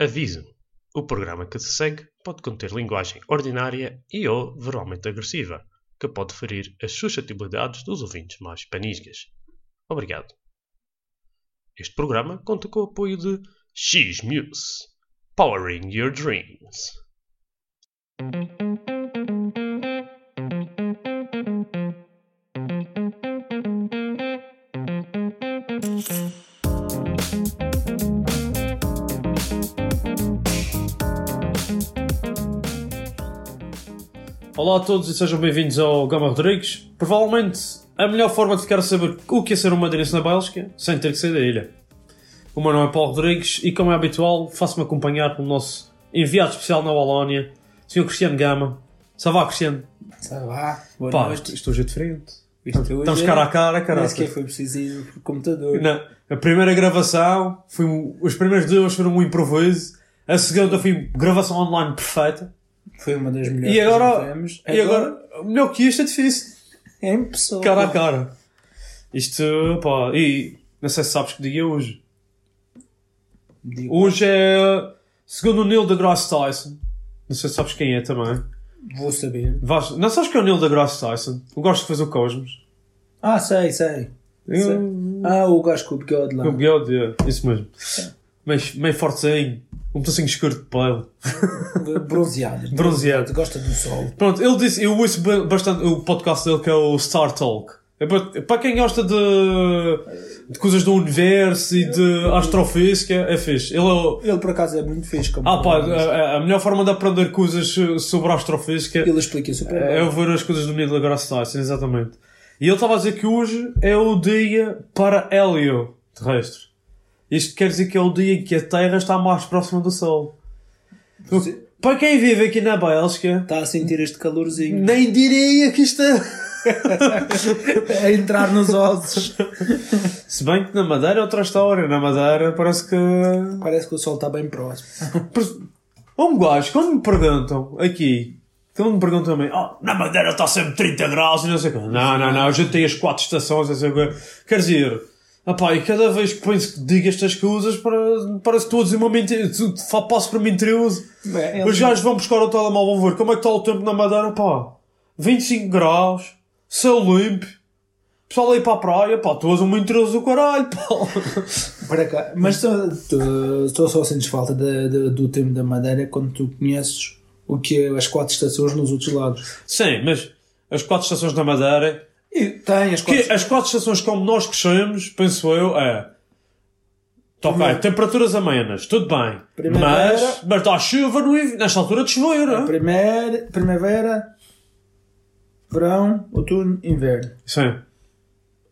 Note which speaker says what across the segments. Speaker 1: Aviso: o programa que se segue pode conter linguagem ordinária e/ou verbalmente agressiva, que pode ferir as suscetibilidades dos ouvintes mais panisgas. Obrigado. Este programa conta com o apoio de X-Muse Powering Your Dreams.
Speaker 2: Olá a todos e sejam bem-vindos ao Gama Rodrigues. Provavelmente a melhor forma de ficar a saber o que é ser um madeirense na Bélgica sem ter que sair da ilha. O meu nome é Paulo Rodrigues e, como é habitual, faço-me acompanhar pelo nosso enviado especial na Wallónia, Sr. Cristiano Gama. Savá, Cristiano.
Speaker 3: Tá vá, boa
Speaker 2: Pá,
Speaker 3: noite.
Speaker 2: isto hoje é diferente.
Speaker 3: Isto
Speaker 2: Estamos
Speaker 3: hoje
Speaker 2: cara a
Speaker 3: é-
Speaker 2: cara,
Speaker 3: Nem
Speaker 2: caralho.
Speaker 3: sequer foi preciso ir por computador.
Speaker 2: Na, a primeira gravação, foi um- as primeiras duas foram um improviso, a segunda foi gravação online perfeita.
Speaker 3: Foi uma das melhores
Speaker 2: E
Speaker 3: que
Speaker 2: agora,
Speaker 3: já Então? tivemos.
Speaker 2: e agora, melhor que isto é difícil.
Speaker 3: é em pessoa.
Speaker 2: cara a cara. Isto, pá, e não sei se sabes que dia é hoje.
Speaker 3: Digo,
Speaker 2: Hoje é, segundo o Neil deGrasse Tyson, não sei se sabes quem é também.
Speaker 3: Vou saber.
Speaker 2: Vais- não sabes que é o Neil deGrasse Tyson? O gajo que fez o Cosmos.
Speaker 3: Ah, sei, sei. sei.
Speaker 2: Eu,
Speaker 3: Ah, o gajo com o bigode lá.
Speaker 2: o Bigode, é, isso mesmo. Meio, meio fortezinho, um pedacinho escuro de pele,
Speaker 3: Bronzeado.
Speaker 2: bronzeado.
Speaker 3: Gosta do sol.
Speaker 2: Pronto, ele disse, eu ouço ba- bastante o podcast dele que é o Star Talk. É para, para quem gosta de, de coisas do universo e de astrofísica, é fixe. Ele é o-
Speaker 3: Ele por acaso é muito fixe. Como
Speaker 2: ah, pá, a, a melhor forma de aprender coisas eh, sobre astrofísica
Speaker 3: Ele explica super
Speaker 2: é
Speaker 3: bem.
Speaker 2: ouvir as coisas do Neil deGrasse Tyson, exatamente. E ele estava a dizer que hoje é o dia para Hélio terrestre. Isto quer dizer que é o dia em que a Terra está mais próxima do Sol.
Speaker 3: Sim.
Speaker 2: Para quem vive aqui na Bélgica,
Speaker 3: Está a sentir este calorzinho.
Speaker 2: nem diria que isto é.
Speaker 3: a entrar nos ossos.
Speaker 2: Se bem que na Madeira é outra história. Na Madeira parece que.
Speaker 3: Parece que o sol está bem próximo.
Speaker 2: Um gajo, quando me perguntam aqui, quando me perguntam a mim, "Ah, na Madeira está sempre 30 graus e não sei o quê. Não, não, não, a gente tem as quatro estações, não sei o quê. Quer dizer, apá, e cada vez que penso que digo estas coisas, para- parece que estou a dizer uma mentira, tu- fa- passo para mentiroso.
Speaker 3: Bem, ele-
Speaker 2: Os gajos vão buscar o telemóvel, vão ver como é que está o tempo na Madeira, pá. 25 graus, céu limpo. Pessoal aí para a praia, pá, tu és um mentiroso do caralho, pá.
Speaker 3: Para cá. Mas tu, tu, tu só sentes falta da- da- do tempo da Madeira quando tu conheces o que é as quatro estações nos outros lados.
Speaker 2: Sim, mas as quatro estações da Madeira.
Speaker 3: E tem as
Speaker 2: Que
Speaker 3: quatro.
Speaker 2: as quatro estações como nós crescemos, penso eu, é. Tá ok, temperaturas amenas, tudo bem.
Speaker 3: Primavera.
Speaker 2: Mas, mas dá chuva no, inv- nesta altura de chover, não é?
Speaker 3: Primeira, primavera, verão, outono, inverno.
Speaker 2: Sim.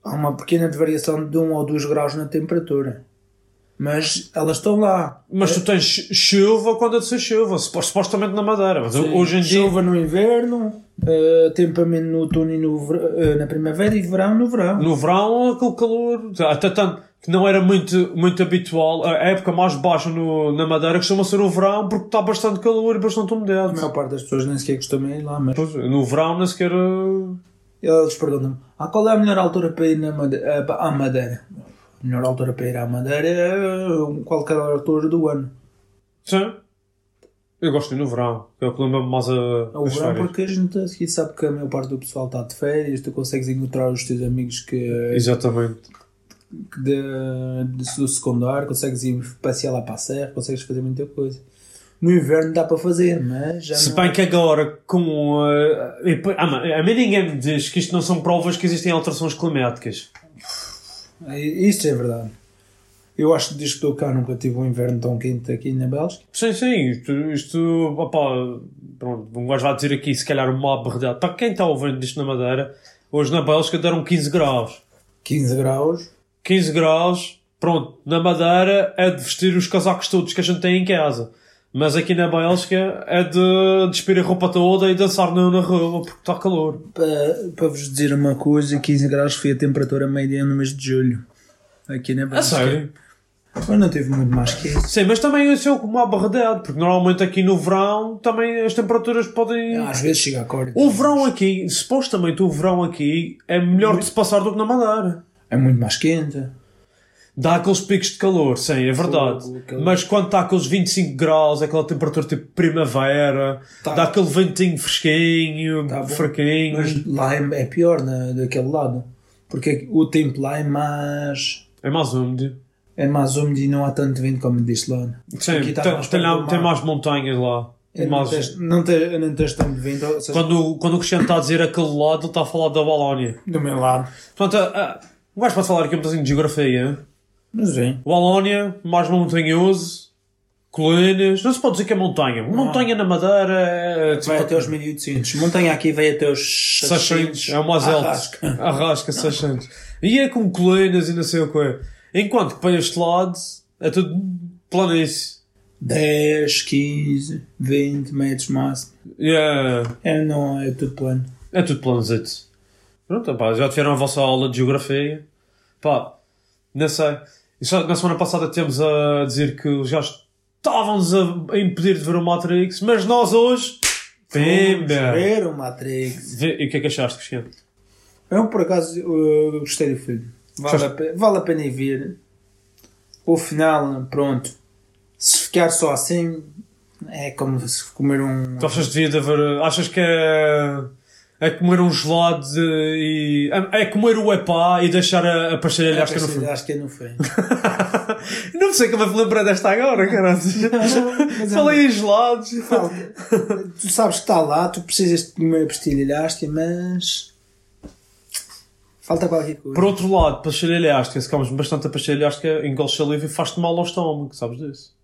Speaker 3: Há uma pequena variação de 1 um ou 2 graus na temperatura. Mas elas estão lá.
Speaker 2: Mas tu tens chu- chuva quando é de ser chuva, supo- supostamente na Madeira. Mas hoje em dia.
Speaker 3: Chuva no inverno, eh, temperamento no outono e no, ver- eh, na primavera e verão no verão.
Speaker 2: No verão, aquele calor, até tanto que não era muito, muito habitual. A época mais baixa no, na Madeira costuma ser o verão, porque está bastante calor e bastante
Speaker 3: A
Speaker 2: umidade.
Speaker 3: maior parte das pessoas nem sequer costuma ir lá, mas
Speaker 2: Pois, No verão, nem sequer. eh,
Speaker 3: Eles perguntam-me, ah, qual é a melhor altura para ir na Made- eh, pa- à Madeira? A melhor altura para ir à Madeira é eh, qualquer altura do ano.
Speaker 2: Sim. Eu gosto de ir no verão. que É o que lembro-me mais a,
Speaker 3: É o
Speaker 2: as
Speaker 3: verão
Speaker 2: férias.
Speaker 3: porque a gente a seguir sabe que a maior parte do pessoal está de férias, tu consegues encontrar os teus amigos que,
Speaker 2: Exatamente.
Speaker 3: que de, de- do secundário, consegues ir passear lá para a serra, consegues fazer muita coisa. No inverno dá para fazer, mas já
Speaker 2: Se
Speaker 3: não-
Speaker 2: bem que agora com... eh, e depois- ah, mas a mim ninguém me diz que isto não são provas que existem alterações climáticas.
Speaker 3: Isto é verdade. Eu acho que desde que estou cá nunca tive um inverno tão quente aqui na Bélgica.
Speaker 2: Sim, sim. Isto... isto opá, pronto, um gajo vai dizer aqui se calhar uma aberração. Para quem está ouvindo disto na Madeira, hoje na Bélgica deram 15 graus.
Speaker 3: 15 graus,
Speaker 2: 15 graus, pronto, na Madeira é de vestir os casacos todos que a gente tem em casa. Mas aqui na Bélgica é de despir a roupa toda e dançar na, na rua porque está calor.
Speaker 3: Para, para vos dizer uma coisa, 15 graus foi a temperatura média no mês de julho. Aqui
Speaker 2: Ah,
Speaker 3: na Bélgica. Mas não teve muito mais que isso.
Speaker 2: Sim, mas também isso é como uma barredade, porque normalmente aqui no verão também as temperaturas podem.
Speaker 3: Às vezes chega a corda.
Speaker 2: O verão aqui, supostamente o verão aqui é melhor de se passar do que na Madeira.
Speaker 3: É muito mais quente.
Speaker 2: Dá aqueles picos de calor, sim, é verdade.
Speaker 3: Fogo, aquele-
Speaker 2: Mas quando tá está aqueles 25 graus, aquela temperatura tipo primavera,
Speaker 3: Tá.
Speaker 2: dá aquele ventinho fresquinho,
Speaker 3: Tá bom.
Speaker 2: fraquinho.
Speaker 3: Mas lá é, é pior na, daquele lado. Porque o tempo lá é mais.
Speaker 2: É mais úmido.
Speaker 3: É mais úmido e não há tanto vento como disse lá.
Speaker 2: Sim,
Speaker 3: Aqui
Speaker 2: tem,
Speaker 3: tá mais
Speaker 2: tem lá-
Speaker 3: perto do
Speaker 2: tem
Speaker 3: mar.
Speaker 2: mais montanhas lá.
Speaker 3: É, Não
Speaker 2: Mas
Speaker 3: tens, não, tens, não tens tanto vento. ou seja,
Speaker 2: quando, quando o Cristiano está a dizer aquele lado, ele está a falar da Valónia.
Speaker 3: Do meu lado.
Speaker 2: Portanto, a, a, o gajo pode falar aqui um bocadinho de geografia. hein?
Speaker 3: Mas é.
Speaker 2: Valónia, mais montanhoso, colinas. Não se pode dizer que é montanha. Montanha na Madeira é.
Speaker 3: Ah. Vai
Speaker 2: Tipo,
Speaker 3: até aos 1800. Montanha aqui vai até aos
Speaker 2: 600.
Speaker 3: 600.
Speaker 2: É o mais alto.
Speaker 3: Arrasca.
Speaker 2: Arrasca, 600. E é com colinas e não sei o quê. Enquanto que para este lado é tudo planície.
Speaker 3: 10, 15, 20 metros máximo.
Speaker 2: Yeah.
Speaker 3: É, não, é tudo plano.
Speaker 2: É tudo planzito. Pronto, pá, já tiveram a vossa aula de geografia. Pá, não sei. E só na semana passada temos a dizer que os gajos estavam-nos a, a impedir de ver o Matrix, mas nós hoje.
Speaker 3: Vamos
Speaker 2: Pimba!
Speaker 3: ver o Matrix.
Speaker 2: Vê- E o que é que achaste, Cristiano?
Speaker 3: Eu, por acaso, eu gostei do filme. Vale a,
Speaker 2: Gostaste?
Speaker 3: pe- vale a pena ir ver. O final, pronto. Se ficar só assim, é como se comer um.
Speaker 2: Tu achas que devia de haver. Achas que é. É comer um gelado de- e. É é comer o epá e deixar a, a pastelha
Speaker 3: Acho
Speaker 2: lasca no fundo.
Speaker 3: que é no fim.
Speaker 2: Não sei como é que me lembrei desta agora, caralho.
Speaker 3: mas é
Speaker 2: Falei em gelados.
Speaker 3: Fala, tu sabes que está lá, tu precisas de comer a pastilha elástica, mas. Falta qualquer coisa.
Speaker 2: Por outro lado, pastilha elástica, se comes bastante a pastilha elástica, engoles saliva e faz-te mal ao estômago, sabes disso?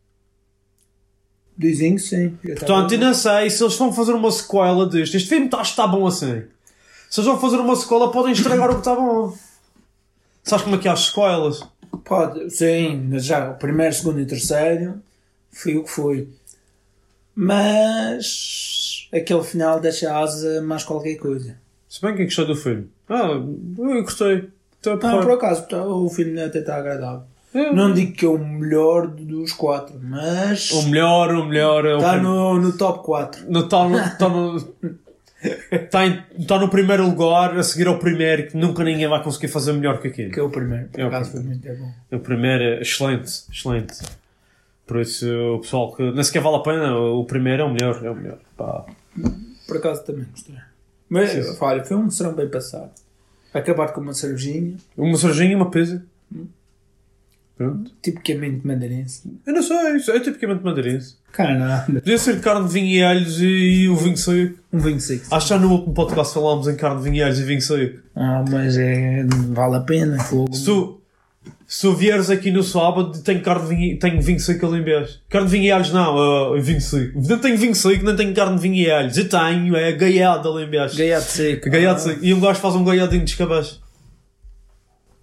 Speaker 3: Dizem que sim. Eu
Speaker 2: Portanto, eu
Speaker 3: tava-
Speaker 2: não sei se eles vão fazer uma sequela disto. Este filme está, está bom assim. Se eles vão fazer uma sequela, podem estragar o que está bom. Sabes como é que há as sequelas?
Speaker 3: Pode, sim, mas já o primeiro, segundo e terceiro foi o que foi. Mas aquele final deixa asa mais qualquer coisa.
Speaker 2: Se bem que gostei do filme. Ah, eu gostei. Está
Speaker 3: Não, por
Speaker 2: porra.
Speaker 3: acaso, tá- o filme até está agradável.
Speaker 2: É.
Speaker 3: Não digo que é o melhor dos quatro, mas
Speaker 2: O melhor, o melhor. é o
Speaker 3: está
Speaker 2: filme.
Speaker 3: Tá no, no top 4.
Speaker 2: Não está no. Está no, tá em- tá no primeiro lugar, a seguir ao primeiro, que nunca ninguém vai conseguir fazer melhor que aquilo.
Speaker 3: Que é o primeiro, por
Speaker 2: É o
Speaker 3: acaso foi muito bom.
Speaker 2: O primeiro é excelente, excelente. Por isso, o pessoal que. Nem sequer vale a pena, o primeiro é o melhor, é o melhor. Pá.
Speaker 3: Por acaso também gostei. Mas olha, foi um serão bem passado. Acabar com uma cervejinha,
Speaker 2: Uma cervejinha Um e uma pizza. Pronto.
Speaker 3: tipicamente mandarense.
Speaker 2: Eu não sei, isso é tipicamente madeirense.
Speaker 3: Caralho.
Speaker 2: Podia ser carne de vinho e alhos e, o vinho seco.
Speaker 3: Um 26.
Speaker 2: Acho que já no último podcast falámos em carne de vinho e alhos e vinho seco.
Speaker 3: Ah, mas é. vale a pena. fogo.
Speaker 2: Se tu, se tu vieres aqui no sábado, tenho carne de vinho, e- tenho vinho seco ali em Bés. Carne de vinho e alhos não, ah, vinho seco. Não tenho vinho seco, não tenho carne de vinho e alhos. Eu tenho, é gaiado ali em Bés.
Speaker 3: Gaiado seco.
Speaker 2: Gaiado seco. E um gajo faz um gaiadinho de escabeche.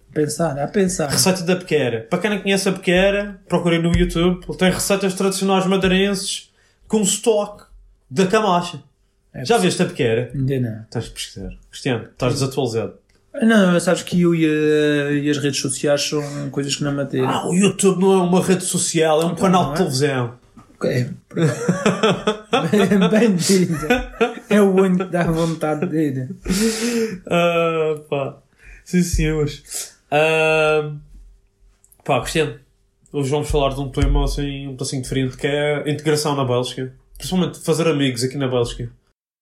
Speaker 3: A pensar, a pensar.
Speaker 2: Receita da pequera. Para quem não conhece a pequera, procurem no YouTube. Ele tem receitas tradicionais madeirenses com estoque da camacha.
Speaker 3: É
Speaker 2: Já viste a pequera?
Speaker 3: Ainda não. Ah,
Speaker 2: Estás a pesquisar. Cristiano, estás desatualizado.
Speaker 3: Não, sabes que eu e, a- e as redes sociais são coisas que não matei.
Speaker 2: Ah, o YouTube não é uma rede social, é um canal
Speaker 3: não é?
Speaker 2: de televisão.
Speaker 3: É. Bem dito. É o único que dá vontade de ir.
Speaker 2: Ah, pá. Sim, senhores. Ah, pá, Cristiano, hoje vamos falar de um tema assim, um pedacinho diferente, que é a integração na Bélgica. Principalmente fazer amigos aqui na Bélgica.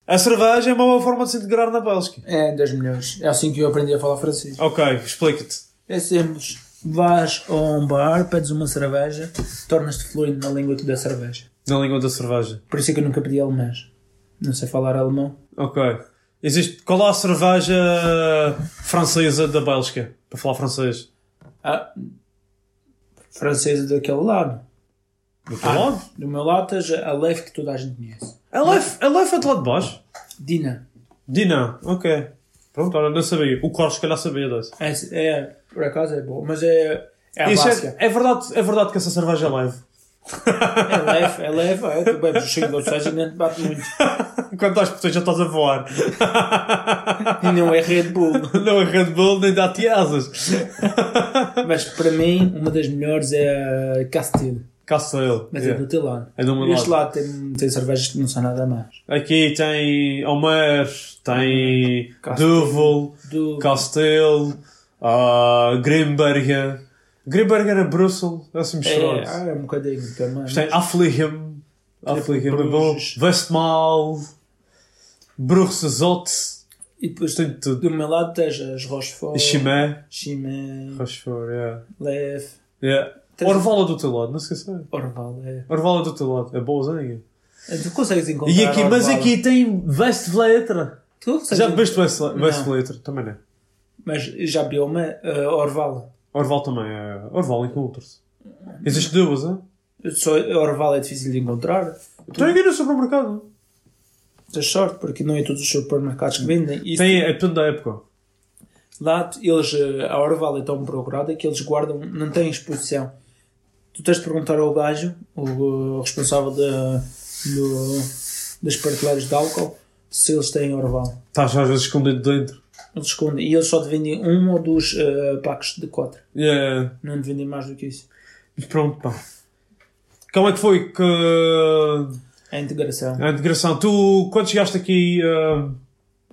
Speaker 2: A cerveja é uma boa forma de se integrar na Bélgica.
Speaker 3: É das melhores. É assim que eu aprendi a falar francês.
Speaker 2: Ok, explica-te.
Speaker 3: É simples. Vais a um bar, pedes uma cerveja, tornas-te fluente na língua da cerveja.
Speaker 2: Na língua da cerveja.
Speaker 3: Por isso é que eu nunca pedi alemãs. Não sei falar alemão.
Speaker 2: Ok. Existe. Qual é a cerveja francesa da Bélgica? Para falar francês.
Speaker 3: Ah, francesa daquele lado.
Speaker 2: Do
Speaker 3: Ah.
Speaker 2: teu lado?
Speaker 3: Do meu lado esteja a Leif que toda a gente conhece.
Speaker 2: Ela é, ela é feita lá de baixo.
Speaker 3: Dina.
Speaker 2: Dina, ok. Pronto, olha, não sabia. O Cortes, se calhar, sabia desse.
Speaker 3: É, é, por acaso é boa, mas é, é a
Speaker 2: Isso
Speaker 3: básica.
Speaker 2: é, é, verdade, é verdade que essa cerveja é leve.
Speaker 3: É leve, é leve. É, tu bebes o cheiro de cerveja e não te bate muito.
Speaker 2: Quando estás por já estás a voar.
Speaker 3: E não é Red Bull.
Speaker 2: Não é Red Bull nem dá-te asas.
Speaker 3: Mas para mim, uma das melhores é a Castile.
Speaker 2: Caça ele.
Speaker 3: Mas é
Speaker 2: Yeah.
Speaker 3: do teu lado.
Speaker 2: É do meu
Speaker 3: Este
Speaker 2: lado.
Speaker 3: lado tem, tem cervejas que não são nada mais.
Speaker 2: Aqui tem Homer, tem
Speaker 3: Castel.
Speaker 2: Duvel, ah,
Speaker 3: Do,
Speaker 2: Castel, uh, Grimberger, Grimberger a Brussel, assim
Speaker 3: É,
Speaker 2: misturado.
Speaker 3: ah, é um bocadinho também.
Speaker 2: Isto tem Affligem, Affligem é bom,
Speaker 3: Bruges.
Speaker 2: Westmaal, Bruxesote,
Speaker 3: E depois
Speaker 2: tem de tudo.
Speaker 3: do meu lado tens as Rochefort,
Speaker 2: E Chimé,
Speaker 3: Chimé,
Speaker 2: Rochefort, Tá yeah.
Speaker 3: Lef,
Speaker 2: yeah.
Speaker 3: Uhum. Tens-
Speaker 2: Orvala do teu lado, não se esqueça.
Speaker 3: Orval. É.
Speaker 2: Orvala do teu lado, é boa zaga.
Speaker 3: É, Tu consegues encontrar.
Speaker 2: E aqui, mas
Speaker 3: Orval.
Speaker 2: aqui tem Westfletra.
Speaker 3: Tu consegues
Speaker 2: Já bebeste West-
Speaker 3: Não.
Speaker 2: Westfletra? Também não.
Speaker 3: Mas já viu uma eh, Orval.
Speaker 2: Orval também é. Orval encontra-se. Existe duas, é?
Speaker 3: Só Orval é difícil de encontrar.
Speaker 2: Tem aqui no supermercado.
Speaker 3: Tens sorte, porque não é todos os supermercados que vendem. E
Speaker 2: Tem, é depende da época.
Speaker 3: lá eles, eh, a Orval é tão procurada que eles guardam, não têm exposição. Tu tens de perguntar ao gajo, o eh, responsável da, do, das partilhadas de álcool, se eles têm Orval.
Speaker 2: Estás às vezes escondido dentro.
Speaker 3: Eles escondem. E eles só te vendem um ou dois eh, pacos de 4.
Speaker 2: Yeah.
Speaker 3: Não te vendem mais do que isso.
Speaker 2: Mas pronto, pá. Como é que foi que
Speaker 3: A É integração.
Speaker 2: a integração? Tu, quando chegaste aqui, ah,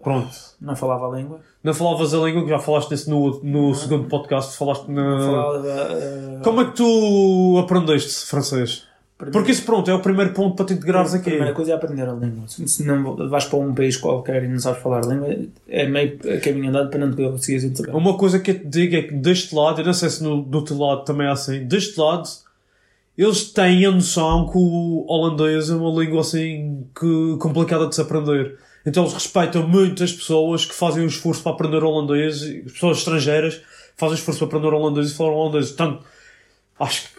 Speaker 2: pronto,
Speaker 3: Não falava a língua.
Speaker 2: não falavas a língua, que já falaste nisso no, no segundo podcast, falaste na...
Speaker 3: Falava. eh,
Speaker 2: Como é que tu aprendeste francês?
Speaker 3: primeiro-
Speaker 2: Porque isso, pronto, é o primeiro ponto para te integrares
Speaker 3: A
Speaker 2: aqui.
Speaker 3: primeira coisa é aprender a língua. Se se não vais para um país qualquer e não sabes falar a língua, é meio caminho andado para não te conseguires integrar.
Speaker 2: Uma coisa que eu te digo é que deste lado, eu não sei se no, do outro lado também é assim, deste lado eles têm a noção que o holandês é uma língua assim que, complicada de se aprender. Então eles respeitam muito as pessoas que fazem o esforço para aprender holandês, e as pessoas estrangeiras fazem o esforço para aprender holandês e falam holandês. Portanto, acho que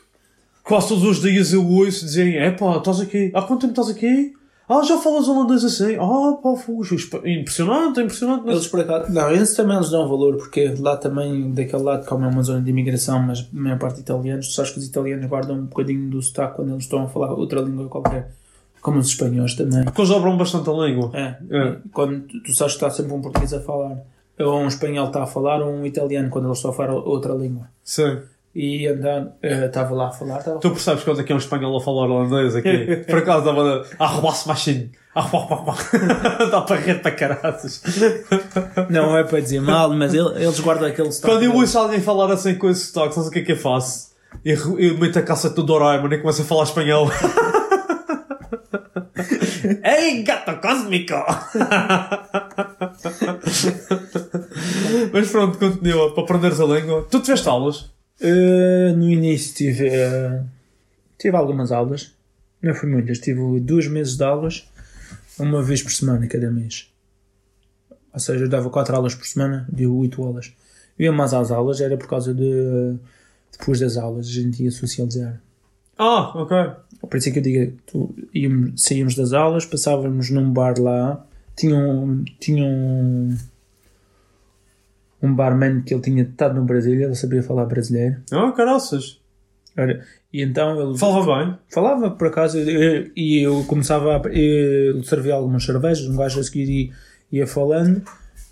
Speaker 2: quase todos os dias eu ouço dizerem: é pá, estás aqui, há quanto tempo estás aqui? Ah, já falas holandês assim? Ah, pá, fujo. Impressionante, é impressionante.
Speaker 3: Eles por acaso. Não, eles também eles dão um valor, porque lá também, daquele lado, como é uma zona de imigração, mas a maior parte de italianos, tu sabes que os italianos guardam um bocadinho do sotaque quando eles estão a falar outra língua qualquer. Como os espanhóis também.
Speaker 2: Porque eles dobram bastante a língua.
Speaker 3: É.
Speaker 2: É.
Speaker 3: Quando tu, tu sabes que está sempre um português a falar, ou um espanhol está a falar, ou um italiano quando eles estão a falar outra língua.
Speaker 2: Sim.
Speaker 3: E andando, eh, estava lá a falar, estava
Speaker 2: Tu percebes quando é que é um espanhol a falar holandês aqui? Por acaso estava a "Ah, arruar-se machinho. Dá para rir para caraças.
Speaker 3: Não é para dizer mal, mas ele- eles guardam aquele sotaque.
Speaker 2: Quando eu ouço alguém falar assim com esse sotaque, sabes o que é que eu faço? Eu, eu meto a caça do Doraemon e começo a falar espanhol. Ei, gato cósmico! Mas pronto, continua. Para aprenderes a língua. Tu tiveste aulas?
Speaker 3: Eh, no início tive, eh, tive algumas aulas, não foi muitas, tive dois meses de aulas, uma vez por semana cada mês. Ou seja, eu dava quatro aulas por semana, deu oito aulas. Eu ia mais às aulas, era por causa de. eh, Depois das aulas, a gente ia socializar.
Speaker 2: Ah, ok.
Speaker 3: Por isso é que eu digo, tu, íamos- saímos das aulas, passávamos num bar lá, tinha um, tinha um, um barman que ele tinha estado no Brasil, ele sabia falar brasileiro.
Speaker 2: Ah, caraças.
Speaker 3: Ora, e então ele
Speaker 2: Falava bem.
Speaker 3: falava, por acaso, eu- eu- e eu começava a. Eu servia algumas cervejas, um gajo a seguir ia, ia falando,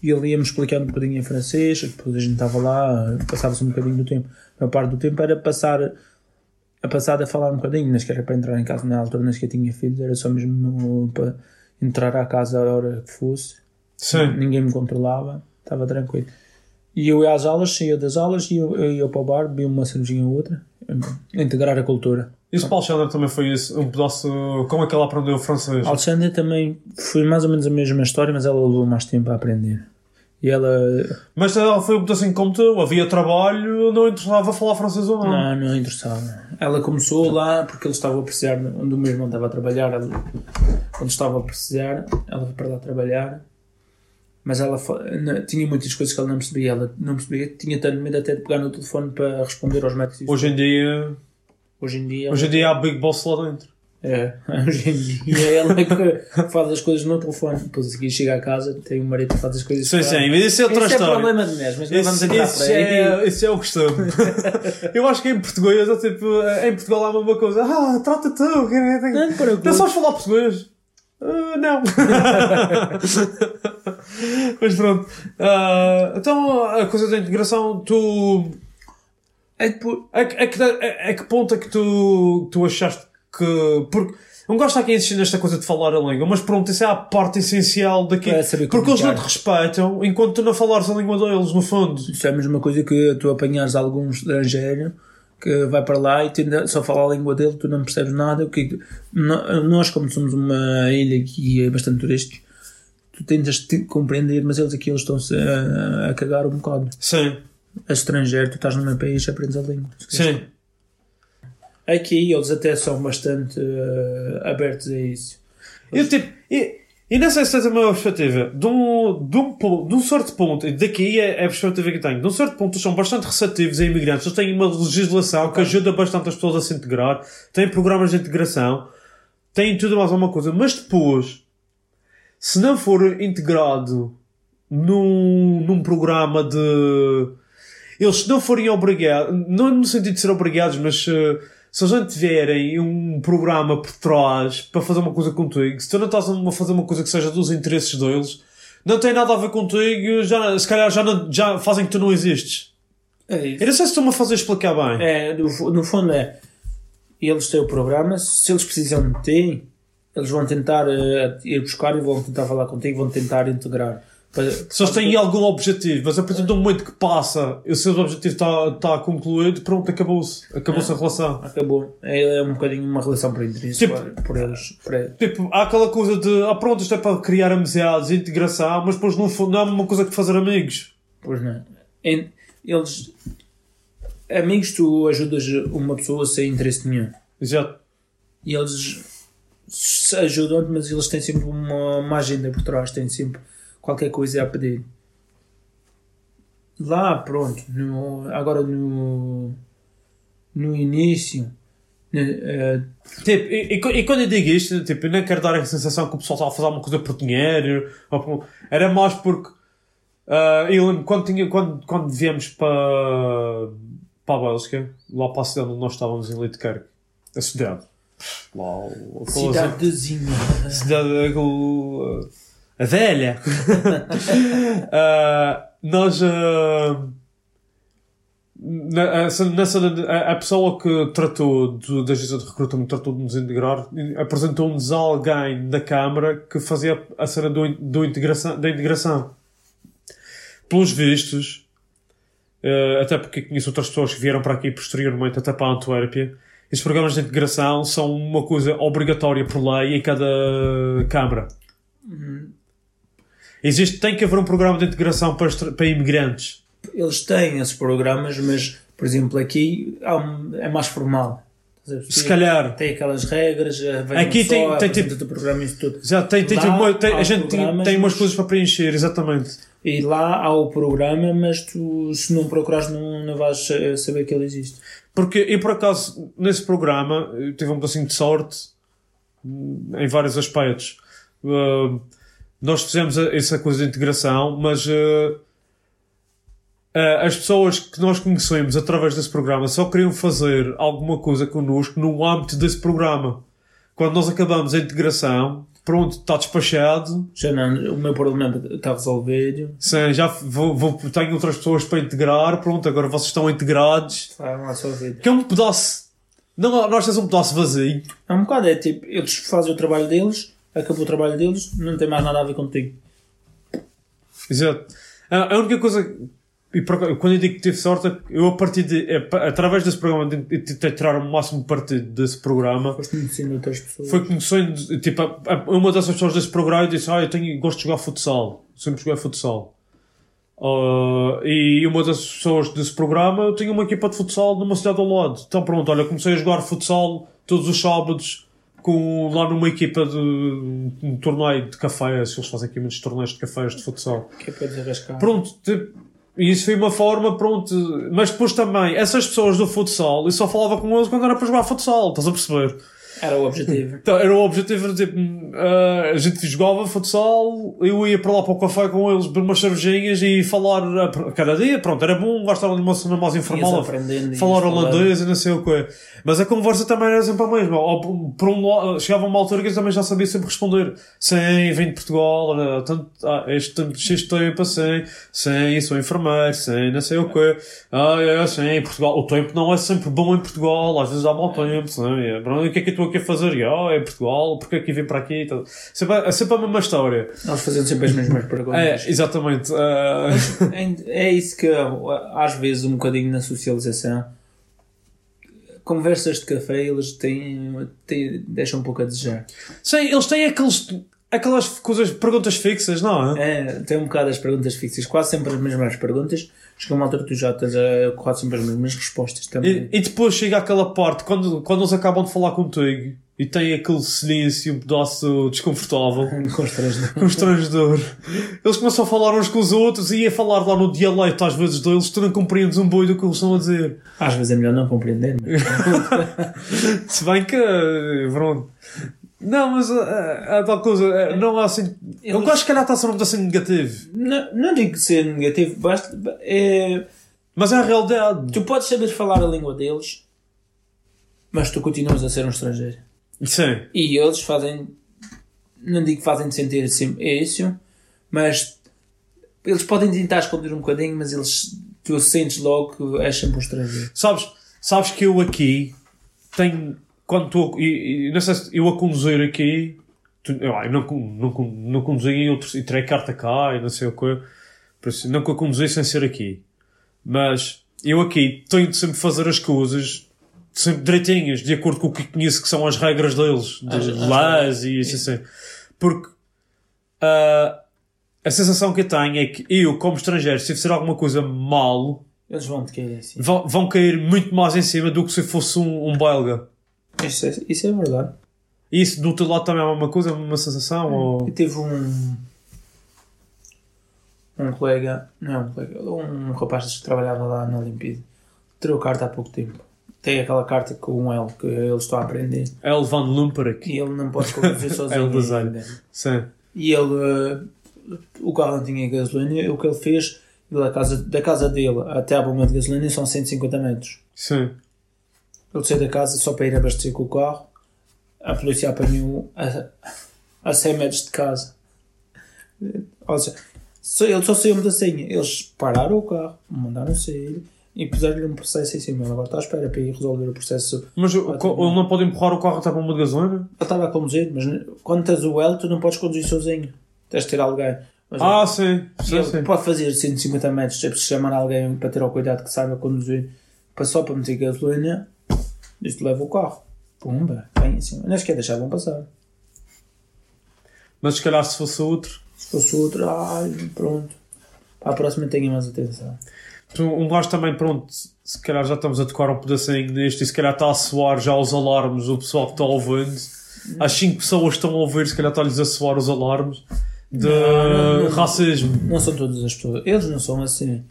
Speaker 3: e ele ia-me explicando um bocadinho em francês, depois a gente estava lá, passava-se um bocadinho do tempo. A parte do tempo era passar a passada a falar um bocadinho, mas que era para entrar em casa na altura, nem sequer tinha filhos, era só mesmo para entrar à casa a hora que fosse
Speaker 2: Sim.
Speaker 3: ninguém me controlava, estava tranquilo. E eu ia às aulas, saía das aulas e eu, eu ia para o bar, bebia uma cervejinha ou outra, a integrar a cultura.
Speaker 2: Isso para o Alexandre também foi isso, um pedaço. Como é que ela aprendeu o francês?
Speaker 3: A Alexandra também foi mais ou menos a mesma história, mas ela levou mais tempo a aprender. E ela
Speaker 2: Mas ela foi um pedaço assim como tu, havia trabalho, não interessava falar francês ou não.
Speaker 3: não, não interessava. Ela começou lá porque ele estava a precisar, onde o meu irmão estava a trabalhar, ele, onde estava a precisar, ela foi para lá trabalhar. Mas ela fa- na- tinha muitas coisas que ela não percebia. Ela não percebia, tinha tanto medo até de pegar no telefone para responder aos médicos.
Speaker 2: Hoje em dia.
Speaker 3: Hoje em dia.
Speaker 2: Hoje em dia há Big Boss lá dentro.
Speaker 3: É, hoje em dia ela é que faz as coisas no telefone. Depois a seguir chega a casa, tem o marido que faz as coisas.
Speaker 2: Sim,
Speaker 3: para
Speaker 2: sim,
Speaker 3: ela.
Speaker 2: mas isso é outra
Speaker 3: Esse é
Speaker 2: história.
Speaker 3: problema de mulheres, mas não vamos
Speaker 2: Esse,
Speaker 3: entrar por
Speaker 2: esse
Speaker 3: aí.
Speaker 2: é, esse é o costume. Eu acho que em português é tipo. Em Portugal há a mesma coisa. Ah, trata tu. que- é,
Speaker 3: Não
Speaker 2: que-
Speaker 3: te preocupes.
Speaker 2: Não sabes falar português? Ah, não. Mas pronto. Ah, então, a coisa da integração, tu.
Speaker 3: É depois-
Speaker 2: A, que- a, que- a, a que ponto é que tu, tu achaste que. Porque. Não gosto aqui insistir nesta coisa de falar a língua, mas pronto, isso é a parte essencial daqui.
Speaker 3: É saber
Speaker 2: porque eles não te
Speaker 3: comunicar.
Speaker 2: respeitam enquanto tu não falares a língua deles, no fundo.
Speaker 3: Isso é a mesma coisa que tu apanhares algum estrangeiro que vai para lá e tende a só falar a língua dele, tu não percebes nada. O que, no- nós, como somos uma ilha que é bastante turística, tu tentas te compreender, mas eles aqui eles estão-se a, a cagar um bocado.
Speaker 2: Sim,
Speaker 3: A estrangeiro, tu estás no meu país, aprendes a língua.
Speaker 2: sim.
Speaker 3: Aqui eles até são bastante eh, abertos a isso.
Speaker 2: Eu, tipo, e, e não sei se tens a mesma perspectiva. De um, de, um, po- de um certo ponto, e daqui é é a perspectiva que tenho, de um certo ponto, eles são bastante receptivos a imigrantes. Eles têm uma legislação que ajuda bastante as pessoas a se integrar, têm programas de integração, têm tudo mais alguma coisa. Mas depois, se não for integrado num, num programa de. Eles não forem obrigados, não no sentido de ser obrigados, mas eh, se eles não tiverem um programa por trás para fazer uma coisa contigo, se tu não estás a fazer uma coisa que seja dos interesses deles, não tem nada a ver contigo, já, se calhar já, não- já fazem que tu não existes.
Speaker 3: É isso.
Speaker 2: Eu não sei se estou-me a fazer explicar bem.
Speaker 3: É, no, fu- no fundo é. Eles têm o programa, se eles precisam de ti, eles vão tentar eh, ir buscar e vão tentar falar contigo, vão tentar integrar. Para-
Speaker 2: Se eles têm algum objetivo, mas a partir do momento que passa e o seu objetivo está está concluído, pronto, acabou-se. Acabou-se a relação.
Speaker 3: Acabou. É, é um bocadinho uma relação por interesse
Speaker 2: Tipo-
Speaker 3: por, por eles. Por eles.
Speaker 2: Tipo, há aquela coisa de, ah pronto, isto é para criar amizades, integração, mas depois no fundo não é uma coisa que fazer amigos.
Speaker 3: Pois não. né? Em- Eles. Amigos, tu ajudas uma pessoa sem interesse nenhum.
Speaker 2: Exato.
Speaker 3: E eles se ajudam mas eles têm sempre uma, uma agenda por trás, têm sempre qualquer coisa a pedir. Lá, pronto, no- agora no, no início, né, eh,
Speaker 2: Tipo, e, e qu- e quando eu digo isto, tipo, eu não quero dar a sensação que o pessoal está a fazer alguma coisa por dinheiro. ou por- Era mais porque. ah, eu lembro quando, tinha, quando, quando viemos para, para a Bélgica, lá para a cidade onde nós estávamos, em Lidkerk, a cidade. Lá, o- a
Speaker 3: cidadezinha.
Speaker 2: cidade com a velha. Ah, nós ah, na- essa- nessa, a, a pessoa que tratou do, da agência de recrutamento tratou de nos integrar apresentou-nos alguém da Câmara que fazia a cena do, in- do integração, da integração pelos vistos eh, até porque conheço outras pessoas que vieram para aqui posteriormente, até para a Antuérpia. Estes programas de integração são uma coisa obrigatória por lei em cada Câmara. Existe, tem que haver um programa de integração para, estra- para imigrantes.
Speaker 3: Eles têm esses programas, mas, por exemplo, aqui há um- é mais formal. Estás a
Speaker 2: Se
Speaker 3: perceber?
Speaker 2: calhar.
Speaker 3: Tem aquelas regras, eh, vem
Speaker 2: Aqui tem-
Speaker 3: um só,
Speaker 2: tem
Speaker 3: apresenta
Speaker 2: tipo-
Speaker 3: o teu programa e isso tudo.
Speaker 2: Já tem, tem,
Speaker 3: Lá
Speaker 2: tipo uma- tem-
Speaker 3: há
Speaker 2: a gente tem,
Speaker 3: programas,
Speaker 2: tem umas
Speaker 3: mas-
Speaker 2: coisas para preencher, exatamente.
Speaker 3: E lá há o programa, mas tu, se não procurares, não, não vais eh, saber que ele existe.
Speaker 2: Porque eu, por acaso, nesse programa, eu tive um bocadinho de sorte hum, em vários aspectos. Hum, nós fizemos a- essa coisa de integração, mas eh, eh, as pessoas que nós conhecemos através desse programa só queriam fazer alguma coisa connosco no âmbito desse programa. Quando nós acabamos a integração, pronto, está despachado,
Speaker 3: Já não, o meu problema está resolvido.
Speaker 2: Sim, já f- vou, vou, tenho outras pessoas para integrar, pronto, agora vocês estão integrados.
Speaker 3: Está lá resolvido.
Speaker 2: Que é um pedaço. Não, nós temos um pedaço vazio.
Speaker 3: É um bocado, é tipo, eles fazem o trabalho deles, acabou o trabalho deles, não tem mais nada a ver contigo.
Speaker 2: Exato. A, a única coisa. E por acaso, quando eu digo que tive sorte, é que eu a partir de. é pa- através desse programa, de- de tentei tirar o máximo partido desse programa.
Speaker 3: Foste conhecendo outras pessoas.
Speaker 2: Foi conhecendo. Tipo, a- a- uma dessas pessoas desse programa disse: Ah, eu tenho, gosto de jogar futsal. Sempre joguei futsal. Ah, e uma das pessoas desse programa, eu tinha uma equipa de futsal numa cidade ao lado. Então pronto, olha, comecei a jogar futsal todos os sábados com, lá numa equipa de um torneio de cafés. Eles fazem aqui muitos torneios de cafés de futsal.
Speaker 3: Que é para desarrascar.
Speaker 2: Pronto, tipo, e isso foi uma forma, pronto. Mas depois também, essas pessoas do futsal, eu só falava com eles quando era para jogar futsal, estás a perceber?
Speaker 3: Era o objetivo.
Speaker 2: Então, era o objetivo, era tipo, ah, a gente jogava futsal, eu ia para lá para o café com eles, beber umas cervejinhas e falar a, a cada dia, pronto, era bom, gastar ali uma cena mais informal,
Speaker 3: Ias aprendendo, ias
Speaker 2: falar
Speaker 3: falando.
Speaker 2: holandês e não sei o quê. Mas a conversa também era sempre a mesma, ou por- por um lado, chegava uma altura que eu também já sabia sempre responder, sim, vim de Portugal, olha, tanto, ah, este tempo, este tempo assim, sim, sou enfermeiro, sim, não sei o quê, ah, é, sim, Portugal, o tempo não é sempre bom em Portugal, às vezes há mau tempo, sim, é, Bruno, o que é que eu estou aqui a fazer? E, ah, é Portugal, porque é que eu vim para aqui? Então, Sempre, é sempre a mesma história.
Speaker 3: Nós fazemos sempre as mesmas
Speaker 2: É,
Speaker 3: perguntas.
Speaker 2: exatamente. ah,
Speaker 3: É, é isso que às vezes um bocadinho na socialização conversas de café eles têm, têm- deixam um pouco a desejar.
Speaker 2: Sim, eles têm aqueles, aquelas coisas, perguntas fixas, não é?
Speaker 3: É, tem um bocado as perguntas fixas, quase sempre as mesmas perguntas. Chega uma altura que tu já tens eh, quase sempre as mesmas respostas também.
Speaker 2: E, e depois chega aquela parte, quando, quando eles acabam de falar contigo e tem aquele silêncio, um pedaço desconfortável.
Speaker 3: Constrangedor.
Speaker 2: Constrangedor. Eles começam a falar uns com os outros e a falar lá no dialeto às vezes deles, tu não compreendes um boi do que eles estão a dizer.
Speaker 3: Às vezes é melhor não é? compreender, mas
Speaker 2: Se bem que. eh, Pronto. Não, mas ah, há tal coisa, eh, não há assim. Eu
Speaker 3: Eles-
Speaker 2: acho que calhar está a ser um assim negativo,
Speaker 3: não, não digo ser negativo, basta. é,
Speaker 2: mas é a realidade.
Speaker 3: tu podes saber falar a língua deles, mas tu continuas a ser um estrangeiro.
Speaker 2: Sim,
Speaker 3: E eles fazem, não digo que fazem-te sentir assim, é isso, mas eles podem tentar esconder um bocadinho, mas eles, tu sentes logo que és sempre um estrangeiro.
Speaker 2: sabes, sabes que eu aqui tenho. Quando estou. a- e- e Não sei se eu a conduzir aqui. tu- eu, ah, eu não, con- não, con- não conduzi em outros. E tirei carta cá e não sei o quê. Por isso, não que eu conduzi sem ser aqui. Mas eu aqui tenho de sempre fazer as coisas sempre direitinhas, de acordo com o que conheço que são as regras deles, das
Speaker 3: as
Speaker 2: leis e isso assim. Porque ah, a sensação que eu tenho é que eu, como estrangeiro, se eu fizer alguma coisa mal,
Speaker 3: Eles vão te querer assim.
Speaker 2: vão, vão cair muito mais em cima do que se fosse um, um belga.
Speaker 3: Isso é, isso é verdade.
Speaker 2: E Isso do teu lado também é a mesma coisa, a mesma sensação? Ou...
Speaker 3: Eu tive um. Um colega, não é um colega, um rapaz que trabalhava lá na Olimpíada, tirou carta há pouco tempo. Tem aquela carta com um L que ele está a aprender
Speaker 2: É o Van Lumper aqui.
Speaker 3: e ele não pode conviver sozinho. né?
Speaker 2: L design.
Speaker 3: ainda.
Speaker 2: Sim.
Speaker 3: E ele, eh, o carro não tinha gasolina, o que ele fez, ele, a casa, da casa dele até à bomba de gasolina são 150 metros.
Speaker 2: Sim.
Speaker 3: Ele saiu da casa só para ir abastecer com o carro, a polícia apanhou um, a, a 100 metros de casa. Eh, Ou seja, só, ele só saiu da senha. Eles pararam o carro, mandaram sair e puseram-lhe um processo em cima. Ele agora está à espera para ir resolver o processo.
Speaker 2: Mas o, co-
Speaker 3: um
Speaker 2: ele não pode empurrar o carro até para uma de gasolina?
Speaker 3: Ele estava a conduzir, mas quando tens o L, tu não podes conduzir sozinho. Tens de ter alguém. Mas ele-
Speaker 2: Ah, sim.
Speaker 3: é. E
Speaker 2: Sim,
Speaker 3: ele
Speaker 2: sim.
Speaker 3: pode fazer 150 metros, é preciso chamar alguém para ter o cuidado que saiba conduzir, para só para meter gasolina, isto leva o carro. Pumba, bem em cima. Nem sequer deixavam passar.
Speaker 2: Mas se calhar se fosse outro.
Speaker 3: Se fosse outro, ai, pronto. Para a próxima tenha mais atenção.
Speaker 2: Tu- Um gajo também, pronto, se calhar já estamos a tocar um pedacinho neste e se calhar está a soar já os alarmes, o pessoal que está ouvindo. As 5 pessoas que estão a ouvir, se calhar está-lhes a soar os alarmes de
Speaker 3: não, não.
Speaker 2: racismo.
Speaker 3: Não são todas as pessoas, eles não são assim.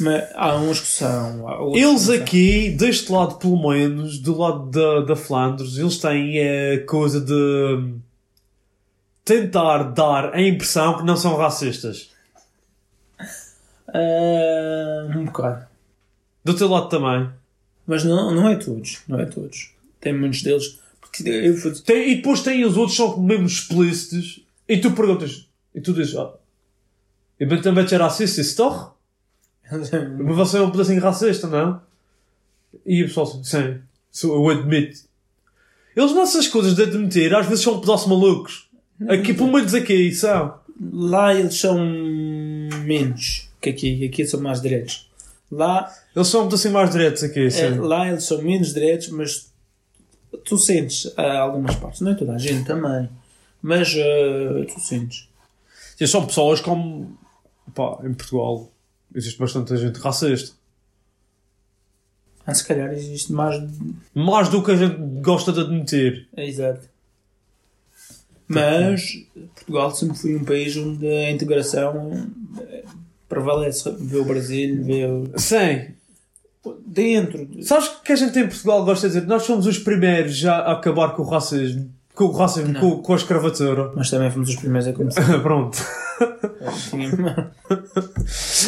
Speaker 3: Mas há uns que são. há outros
Speaker 2: Eles
Speaker 3: que não
Speaker 2: aqui, deste lado pelo menos, do lado da, da Flandres, eles têm a coisa de hum, tentar dar a impressão que não são racistas.
Speaker 3: são. Ah, um bocado.
Speaker 2: Do teu lado também.
Speaker 3: Mas não, não é todos, não é todos. Tem muitos deles. Porque eu vou
Speaker 2: Tem- e depois tem os outros que são mesmo explícitos e tu perguntas, e tu dizes, ah, eu bem também era racista, isso torre? Mas você é um pedacinho racista, não? E o pessoal, assim, sim, sou- eu admito. Eles nessas coisas de admitir, às vezes são um pedaço malucos. Aqui, pelo menos aqui, são.
Speaker 3: Lá eles são menos que aqui, aqui são mais diretos. Lá,
Speaker 2: Eles são um pedacinho mais diretos aqui,
Speaker 3: eh,
Speaker 2: sim.
Speaker 3: lá eles são menos diretos, mas tu sentes ah, algumas partes, não é toda a gente também, mas ah, tu sentes.
Speaker 2: Sim, São pessoas como. Pá, em Portugal existe bastante gente racista.
Speaker 3: Ah, se calhar existe mais. é
Speaker 2: Mais do que a gente gosta de admitir.
Speaker 3: Exato. Mas Portugal sempre foi um país onde a integração eh, prevalece. Vê o Brasil, vê o...
Speaker 2: Sim,
Speaker 3: dentro. de-
Speaker 2: Sabes que a gente em Portugal gosta de dizer nós somos os primeiros já a acabar com o racismo, com o racismo,
Speaker 3: Não.
Speaker 2: com, com a escravatura.
Speaker 3: Mas também fomos os primeiros a começar.
Speaker 2: Pronto.
Speaker 3: Tinha-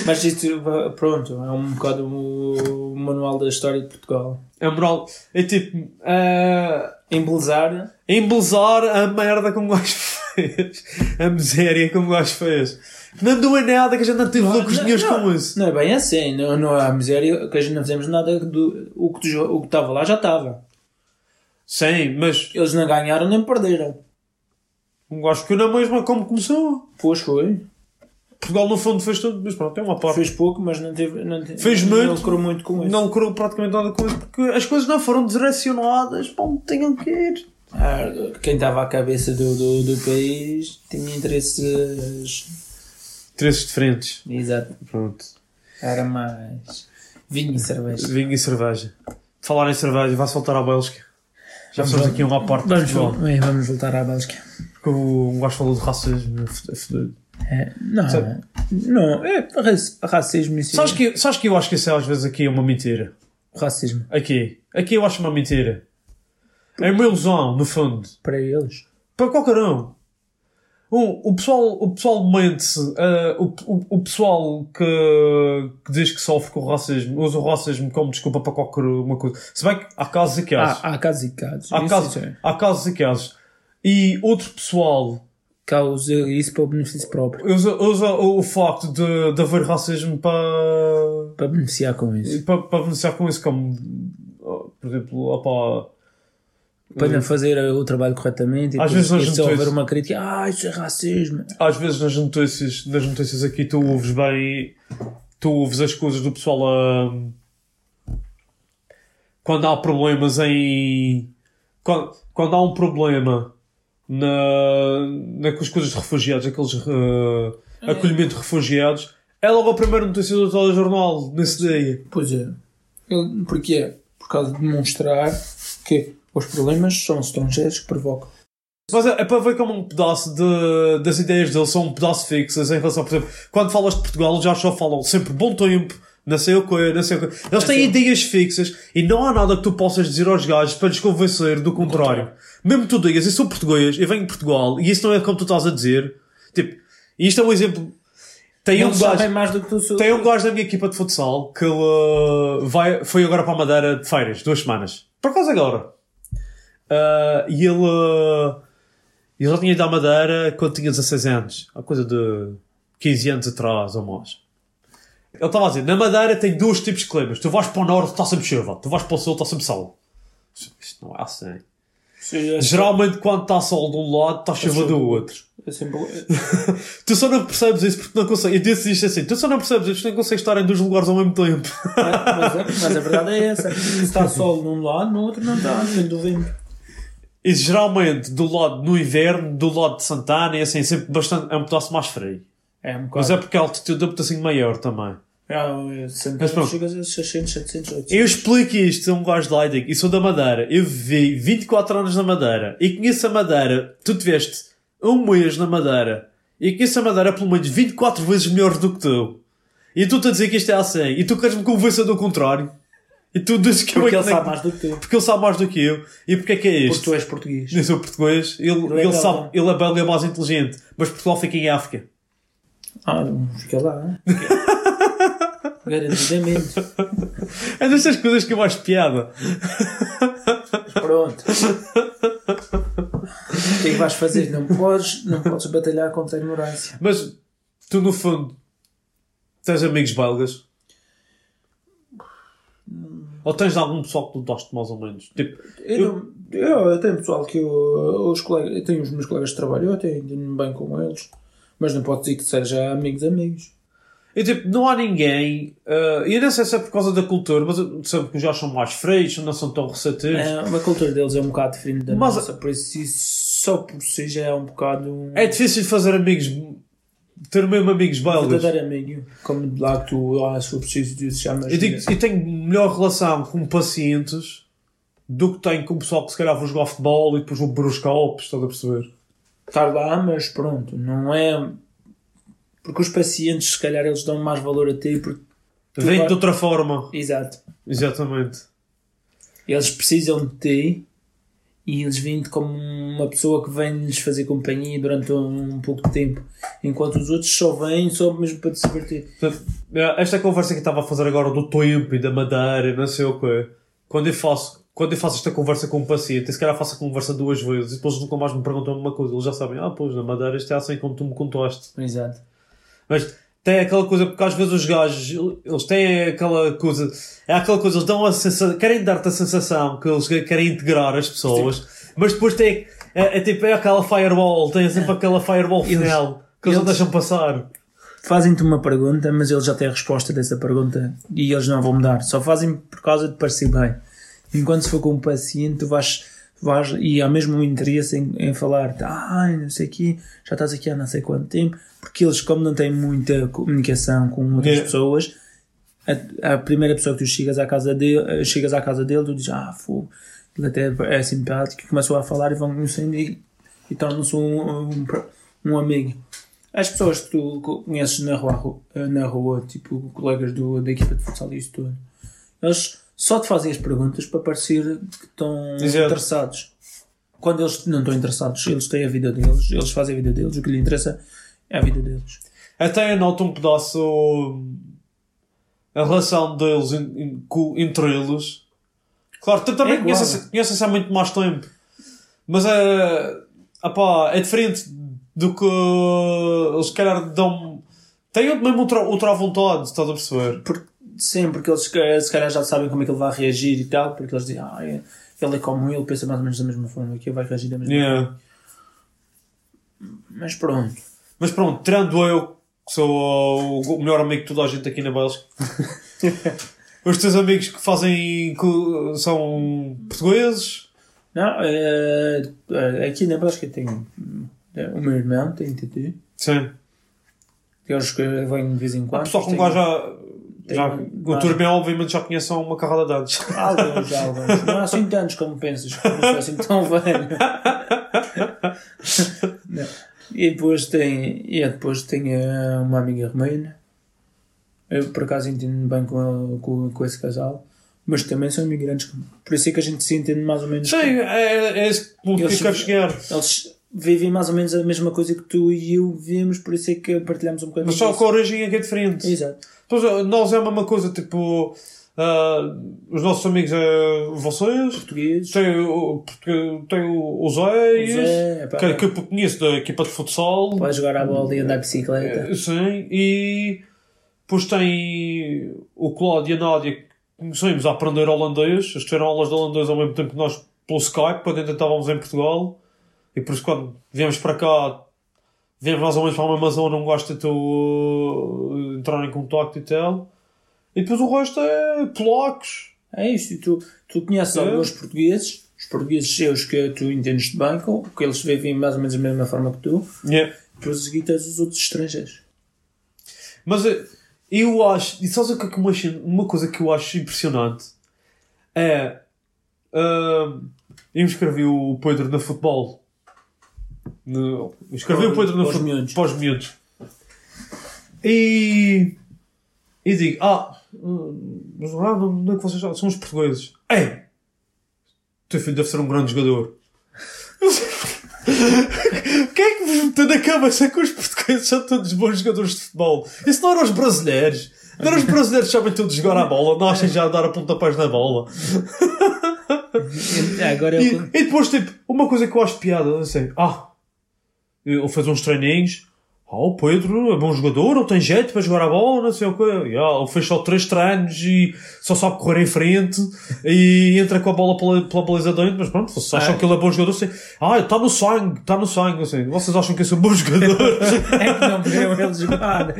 Speaker 3: Mas isto, pronto, é um bocado o manual da história de Portugal.
Speaker 2: É moral. É tipo. ah,
Speaker 3: Embelezar,
Speaker 2: embelezar a merda como o gajo fez. A miséria como o gajo fez. Que Não doa nada que a gente não teve lucros
Speaker 3: não,
Speaker 2: nenhums
Speaker 3: não.
Speaker 2: com isso.
Speaker 3: não é bem assim, não, não há miséria, que a gente não fizemos nada do o que, tu- o que estava lá já estava.
Speaker 2: Sim, mas
Speaker 3: Eles não ganharam nem perderam.
Speaker 2: um gajo que na mesma como começou.
Speaker 3: Pois foi.
Speaker 2: Portugal no fundo fez tudo, mas pronto, é uma parte.
Speaker 3: Fez pouco, mas não teve. Não teve
Speaker 2: Fez
Speaker 3: Não
Speaker 2: muito.
Speaker 3: lucrou muito com isso.
Speaker 2: Não lucrou praticamente nada com isso, porque as coisas não foram direcionadas para onde tinham que ir.
Speaker 3: Ah, quem estava à cabeça do, do, do país tinha interesses.
Speaker 2: Interesses diferentes.
Speaker 3: Exato.
Speaker 2: Pronto.
Speaker 3: Era mais. Vinho e cerveja.
Speaker 2: Vinho e cerveja. Falar em cerveja, vai soltar à Bélgica. Já fizemos aqui uma parte do
Speaker 3: Vamos,
Speaker 2: futebol.
Speaker 3: vol- é, vamos voltar à Bélgica.
Speaker 2: Porque um gajo falou de racismo. f- é f-
Speaker 3: É, não,
Speaker 2: Sabe-
Speaker 3: não, é raci- racismo. Isso
Speaker 2: Sabes que, sabes que eu acho que isso é, às vezes aqui é uma mentira.
Speaker 3: Racismo.
Speaker 2: Aqui. Aqui eu acho uma mentira. É uma ilusão, no fundo.
Speaker 3: Para eles.
Speaker 2: Para qualquer um. O, o pessoal, o pessoal mente, eh, o, o, o pessoal que, que diz que sofre com o racismo, usa o racismo como desculpa para qualquer uma coisa. Se bem que há casos e casos.
Speaker 3: Ah, Há, há casos e casos.
Speaker 2: há,
Speaker 3: Isso,
Speaker 2: casos
Speaker 3: isso é.
Speaker 2: há casos e casos. E outro pessoal
Speaker 3: Causa é, isso para o benefício próprio.
Speaker 2: usa, usa o facto de, de haver racismo para,
Speaker 3: Para beneficiar com isso.
Speaker 2: para, para beneficiar com isso, como, oh, por exemplo, opá,
Speaker 3: Para não fazer o trabalho corretamente. E
Speaker 2: Às
Speaker 3: depois-
Speaker 2: vezes nós
Speaker 3: e se houver
Speaker 2: juntos-
Speaker 3: uma crítica, ah, isso é racismo.
Speaker 2: às vezes nas notícias, nas notícias aqui tu ouves bem, tu ouves as coisas do pessoal a. Quando há problemas em. Quando, quando há um problema na, na com as coisas de refugiados, aqueles eh, acolhimento de refugiados, é logo a primeira notícia do telejornal nesse dia.
Speaker 3: Pois é. Ele- Porquê? Por causa de demonstrar que os problemas são estrangeiros que provocam.
Speaker 2: Mas é, é para ver como um pedaço de, das ideias dele são um pedaço fixas em relação, por exemplo, quando falas de Portugal, eles já só falam sempre bom tempo, não sei o que, não sei o que. Eles têm ideias fixas e não há nada que tu possas dizer aos gajos para lhes convencer do contrário. Mesmo que tu digas, eu sou português, eu venho de Portugal e isso não é como tu estás a dizer. Tipo, isto é um exemplo. Tem um
Speaker 3: Eles
Speaker 2: gajo.
Speaker 3: sabem mais do que tu sou.
Speaker 2: Tem um gajo da minha equipa de futsal que ele uh, vai, foi agora para a Madeira de férias, duas semanas. Por acaso agora. Uh, e ele, uh, ele já tinha ido à Madeira quando tinha 16 anos, há coisa de 15 anos atrás ou mais. Ele estava a dizer: na Madeira tem dois tipos de climas. Tu vais para o norte, está sempre chuva. Tu vais para o sul, está sempre sol. Isto não é assim.
Speaker 3: é,
Speaker 2: Geralmente, quando está sol de um lado, está chuva do outro.
Speaker 3: Eu é sempre-
Speaker 2: Tu só não percebes isso porque não consegues. Eu disse isto assim: tu só não percebes isso porque não consegues estar em dois lugares ao mesmo tempo.
Speaker 3: mas, é- mas a verdade é essa. Se está sol num lado, no outro não está. Depende do vento.
Speaker 2: E geralmente, do lado no inverno, do lado de Santana, é assim, sempre bastante. É um pedaço mais frio.
Speaker 3: É um
Speaker 2: Mas
Speaker 3: bocado.
Speaker 2: é porque a altitude é um pedacinho maior também.
Speaker 3: Ah, sempre
Speaker 2: Mas pronto.
Speaker 3: chegas a 600, 700, 800.
Speaker 2: Eu explico isto a um gajo de lá e digo: e sou da Madeira. Eu vivi 24 anos na Madeira e conheço a Madeira. Tu tiveste um mês na Madeira e conheço a Madeira pelo menos 24 vezes melhor do que tu. E tu estás a dizer que isto é assim e tu queres-me convencer do contrário. E tu dizes que
Speaker 3: Porque
Speaker 2: eu é
Speaker 3: ele
Speaker 2: que nem-
Speaker 3: sabe mais do que tu.
Speaker 2: Porque ele sabe mais do que eu. E porque é que é
Speaker 3: Porque
Speaker 2: isto?
Speaker 3: tu és português.
Speaker 2: Eu sou português. Ele, ele,
Speaker 3: belga.
Speaker 2: sabe, ele é belga mais inteligente. Mas Portugal fica em África.
Speaker 3: Ah, fica lá. né? Garantidamente.
Speaker 2: É destas coisas que eu acho piada.
Speaker 3: Pronto. O que é que vais fazer? Não podes, não podes batalhar contra a ignorância.
Speaker 2: Mas tu, no fundo, tens amigos belgas? Ou tens algum pessoal que tu goste mais ou menos? Tipo,
Speaker 3: Eu, não- eu, eu tenho pessoal que eu, os colegas, eu tenho os meus colegas de trabalho, eu até entendo-me bem com eles, mas não pode dizer que seja amigos amigos.
Speaker 2: eu, tipo não há ninguém. ah, e eu não sei se é por causa da cultura, mas eu- sempre que os gajos são mais freios, não são tão receptivos.
Speaker 3: É, a cultura deles é um bocado diferente da
Speaker 2: Mas-
Speaker 3: nossa, por isso isso só por si já é um bocado um
Speaker 2: É difícil fazer amigos. ter mesmo amigos belgas.
Speaker 3: verdadeiro amigo, como de lá que tu ah, se for preciso de se chamas.
Speaker 2: Eu digo que eu tenho melhor relação com pacientes do que tenho com o pessoal que se calhar vou jogar futebol e depois vou beber os copos, estás a perceber?
Speaker 3: estar lá, mas pronto, não é porque os pacientes se calhar eles dão mais valor a ti porque
Speaker 2: Vem
Speaker 3: vai-
Speaker 2: de outra forma.
Speaker 3: exato.
Speaker 2: Exatamente.
Speaker 3: Eles precisam de ti e eles vêm-te como uma pessoa que vem-lhes fazer companhia durante um, pouco de tempo, enquanto os outros só vêm só mesmo para te divertir.
Speaker 2: Portanto, é, Esta conversa que eu estava a fazer agora do tempo e da madeira e não sei o quê, quando eu faço, quando eu faço esta conversa com um paciente, e se calhar faço a conversa duas vezes e depois nunca mais me perguntam uma coisa, eles já sabem, ah, pois, na madeira isto é assim como tu me contaste.
Speaker 3: Exato.
Speaker 2: Mas tem aquela coisa, porque às vezes os gajos, eles têm aquela coisa, é aquela coisa, eles dão a sensação, querem dar-te a sensação que eles querem integrar as pessoas, mas depois tem, é, é tipo, é aquela firewall, tem sempre aquela firewall final, que eles não
Speaker 3: eles-
Speaker 2: deixam passar.
Speaker 3: fazem-te uma pergunta, mas eles já têm a resposta dessa pergunta e eles não vão mudar. Só fazem por causa de parecer bem. Enquanto se for com um paciente, tu vais, vais e há mesmo um interesse em, em falar, ah, não sei aqui, já estás aqui há não sei quanto tempo, porque eles, como não têm muita comunicação com outras
Speaker 2: Yeah.
Speaker 3: pessoas, a, a primeira pessoa que tu chegas à casa dele, eh, chegas à casa dele, tu dizes, ah, fogo, ele até é simpático, e começou a falar e vão conhecendo e, e tornam-se um, um, pro- um amigo. As pessoas que tu co- conheces na rua, eh, na rua tipo colegas do, da equipa de futsal e isso tudo, eles só te fazem as perguntas para parecer que estão
Speaker 2: Exato.
Speaker 3: interessados. Quando eles não estão interessados, eles têm a vida deles, eles fazem a vida deles, o que lhe interessa é a vida deles.
Speaker 2: Até anoto um pedaço hum, a relação deles in- in- co- entre eles. Claro, tu também
Speaker 3: É igual.
Speaker 2: conheces, conheces há muito mais tempo. Mas é. Apá, é diferente do que uh, eles se calhar dão. Têm mesmo outra, outra vontade, estás a perceber?
Speaker 3: Porque, sim, porque eles eh, se calhar já sabem como é que ele vai reagir e tal, porque eles dizem, ah, é- ele é como eu, pensa mais ou menos da mesma forma que eu, vai reagir da mesma forma.
Speaker 2: Yeah.
Speaker 3: Mas pronto.
Speaker 2: Mas pronto, tirando eu, que sou o melhor amigo de toda a gente aqui na Bélgica, os teus amigos que fazem. que são portugueses.
Speaker 3: Não, eh, eh, aqui na Bélgica tem hum, o meu irmão, tem Titi,
Speaker 2: Sim.
Speaker 3: que eles que vêm de vez em
Speaker 2: O
Speaker 3: quando.
Speaker 2: pessoal com
Speaker 3: Tem-
Speaker 2: qual já.
Speaker 3: tem-
Speaker 2: já o
Speaker 3: vai.
Speaker 2: Turbin, obviamente, já conhece uma carrada de antes.
Speaker 3: Alguns, alguns. Não há assim tantos como pensas, porque não sou assim tão velho. Não. E depois tem, e é, depois tem eh, uma amiga romena. Eu por acaso entendo bem com, ela- com, com esse casal, mas também são imigrantes. Por isso é que a gente se entende mais ou menos.
Speaker 2: Sim, é, é esse ponto que eu
Speaker 3: Eles-
Speaker 2: quero chegar.
Speaker 3: Eles vivem mais ou menos a mesma coisa que tu e eu vivemos, por isso é que partilhamos um bocado
Speaker 2: Mas só
Speaker 3: disso.
Speaker 2: que a origem é que é diferente.
Speaker 3: Exato.
Speaker 2: Pois, nós é a mesma coisa, tipo. ah, os nossos amigos é vocês.
Speaker 3: Português.
Speaker 2: Tem o, tem o, o Zé,
Speaker 3: Zé, pá.
Speaker 2: é que, que eu conheço da equipa de futsal.
Speaker 3: Vai jogar à bola e andar de
Speaker 2: É.
Speaker 3: bicicleta.
Speaker 2: Sim, e depois tem o Cláudio e a Nádia que começamos a aprender holandês. Eles tiveram aulas de holandês ao mesmo tempo que nós pelo Skype, quando ainda estávamos em Portugal. E por isso quando viemos para cá, viemos mais ou menos para a mesma zona, não gosta de tu, eh, entrar em contacto e tal. E depois o resto é polacos.
Speaker 3: É isto, e tu, tu conheces
Speaker 2: É.
Speaker 3: alguns portugueses, os portugueses seus que tu entendes de bem, com- que eles vivem mais ou menos da mesma forma que tu, depois seguir tens os outros estrangeiros.
Speaker 2: Mas eh, eu acho, e sabes o que é que eu acho- uma coisa que eu acho impressionante é. ahm, eu escrevi o Pedro no futebol. No, eu escrevi o Pedro no
Speaker 3: Para os
Speaker 2: futebol
Speaker 3: miúdos.
Speaker 2: para os miúdos. E. E digo, ah, hum, mas não, não, não é que vocês são os portugueses. Ei! Teu filho deve ser um grande jogador. Quem é que vos meteu na cabeça que os portugueses são todos bons jogadores de futebol? Isso não eram os brasileiros. Não eram os brasileiros que sabem todos jogar à bola, não acham já dar a pontapés na bola.
Speaker 3: Agora
Speaker 2: E,
Speaker 3: eu.
Speaker 2: e depois, tipo, uma coisa que eu acho piada, eu sei, ah, ele fez uns treininhos. Ah, o Pedro é bom jogador, ele tem jeito para jogar a bola, não sei o quê. E, ah, ele fez só três treinos e só sabe correr em frente e entra com a bola pela, pela baliza dentro, mas pronto, vocês acham
Speaker 3: Ah.
Speaker 2: que ele é bom jogador, assim, ah, está no sangue, está no sangue, assim, vocês acham que eu sou um bom jogador?
Speaker 3: É que não viram eles jogar.